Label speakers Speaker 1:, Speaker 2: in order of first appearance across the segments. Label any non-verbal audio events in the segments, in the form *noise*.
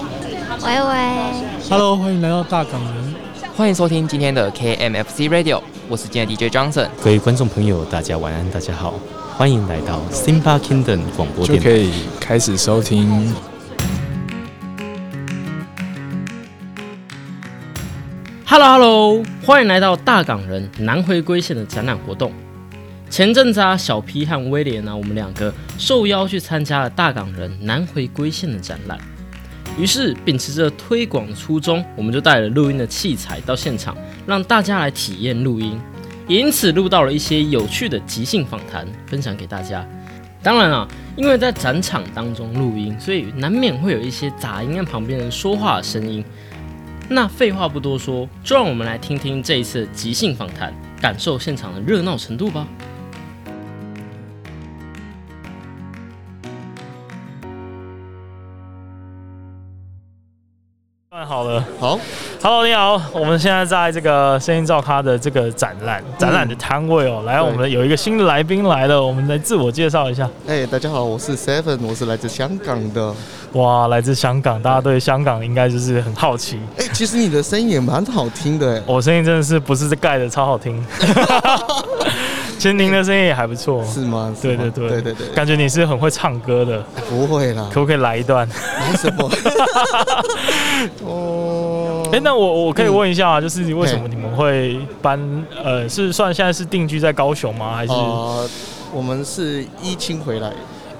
Speaker 1: 喂喂，
Speaker 2: Hello，欢迎来到大港人。
Speaker 3: 欢迎收听今天的 KMFC Radio，我是今天的 DJ Johnson。
Speaker 4: 各位观众朋友，大家晚安，大家好，欢迎来到 Simba Kingdom 广播
Speaker 5: 就
Speaker 4: 电
Speaker 5: 可
Speaker 4: 台。
Speaker 5: 以开始收听。
Speaker 6: Hello Hello，欢迎来到大港人南回归线的展览活动。前阵子啊，小 P 和威廉呢、我们两个受邀去参加了大港人南回归线的展览。于是，秉持着推广的初衷，我们就带了录音的器材到现场，让大家来体验录音。也因此，录到了一些有趣的即兴访谈，分享给大家。当然啊，因为在展场当中录音，所以难免会有一些杂音和旁边人说话的声音。那废话不多说，就让我们来听听这一次的即兴访谈，感受现场的热闹程度吧。
Speaker 7: 好了
Speaker 8: 好，
Speaker 7: ，Hello，你好，我们现在在这个声音照咖的这个展览
Speaker 8: 嗯
Speaker 7: 展览的摊位哦，来，我们有一个新的来宾来了，我们来自我介绍一下。
Speaker 8: 哎、大家好，我是 Seven，我是来自香港的。
Speaker 7: 哇，来自香港，大家对香港应该就是很好奇。
Speaker 8: 哎、其实你的声音也蛮好听的，哎
Speaker 7: 我声音真的是不是盖的，超好听。
Speaker 8: *laughs*
Speaker 7: 其实您的声音也还不错，
Speaker 8: 哎，是吗？是
Speaker 7: 对
Speaker 8: 吗
Speaker 7: 对对
Speaker 8: 对对对，
Speaker 7: 感觉你是很会唱歌的，
Speaker 8: 不会啦，
Speaker 7: 可不可以来一段？
Speaker 8: 没
Speaker 7: *laughs*
Speaker 8: 什么。哦，
Speaker 7: 哎、那我我可以问一下，啊就是为什么
Speaker 8: 嗯
Speaker 7: 你
Speaker 8: 嘿
Speaker 7: 们会搬？呃，是算现在是定居在高雄吗？还是
Speaker 8: 呃，我们是一清回来，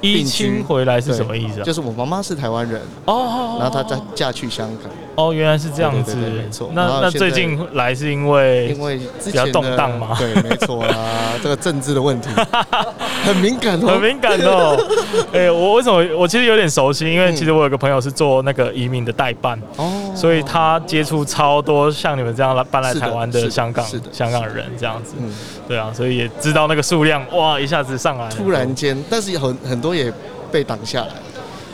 Speaker 7: 一
Speaker 8: 定居
Speaker 7: 清回来是
Speaker 8: 对
Speaker 7: 什么意思啊？
Speaker 8: 就是我妈妈是台湾人，
Speaker 7: 哦哦，
Speaker 8: 然后她再嫁去香港，
Speaker 7: 哦，原来是这样子，
Speaker 8: 对对对没错
Speaker 7: 那
Speaker 8: 然后
Speaker 7: 那
Speaker 8: 现
Speaker 7: 最
Speaker 8: 在
Speaker 7: 近来是因为
Speaker 8: 因为之
Speaker 7: 哎比
Speaker 8: 前
Speaker 7: 较
Speaker 8: 的
Speaker 7: 动荡嘛
Speaker 8: 对，没错
Speaker 7: *laughs*
Speaker 8: 啦，这个政治的问题很敏感哦，
Speaker 7: 很敏感
Speaker 8: *laughs*
Speaker 7: 哦。 *laughs* 哎、我为什么我其实有点熟悉？因为
Speaker 8: 嗯
Speaker 7: 其实我有个朋友是做那个移民的代办，
Speaker 8: 哦，
Speaker 7: 所以他接触超多像你们这样来搬来
Speaker 8: 是的
Speaker 7: 台湾
Speaker 8: 是
Speaker 7: 的
Speaker 8: 的
Speaker 7: 香港
Speaker 8: 是的
Speaker 7: 香港人这样子。
Speaker 8: 嗯，
Speaker 7: 对啊，所以也知道那个数量哇，一下子上来了。
Speaker 8: 突然间，但是很很多也被挡下来。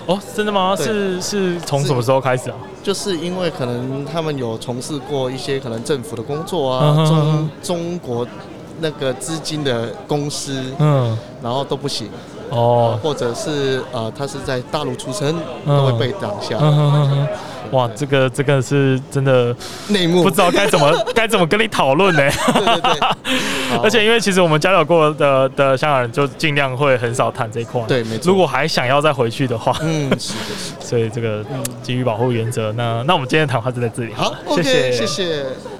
Speaker 7: 哦，真的吗？
Speaker 8: 对
Speaker 7: 是是从
Speaker 8: 是
Speaker 7: 什么时候开始啊？
Speaker 8: 就是因为可能他们有从事过一些可能政府的工作
Speaker 7: 嗯
Speaker 8: 啊，
Speaker 7: 哼
Speaker 8: 中
Speaker 7: 哼
Speaker 8: 中国那个资金的公司，
Speaker 7: 嗯，
Speaker 8: 然后都不行，
Speaker 7: 哦， *laughs*
Speaker 8: 或者是呃，他是在大陆出生都会被挡下，
Speaker 7: 嗯哼哼哼，哇，这个这个是真的
Speaker 8: 内幕
Speaker 7: 不知道该怎
Speaker 8: *laughs*
Speaker 7: 么该怎么跟你讨论呢。
Speaker 8: 对对对，好
Speaker 7: 而且因为其实我们交流过的的香港人，就尽量会很少谈这一块。
Speaker 8: 对没错
Speaker 7: 如果还想要再回去的话，
Speaker 8: 嗯，是的，是的，
Speaker 7: 所以这个基于保护原则，那那我们今天的谈话就在这里。
Speaker 8: 好
Speaker 7: 谢
Speaker 8: ，OK，谢
Speaker 7: 谢。
Speaker 8: 谢，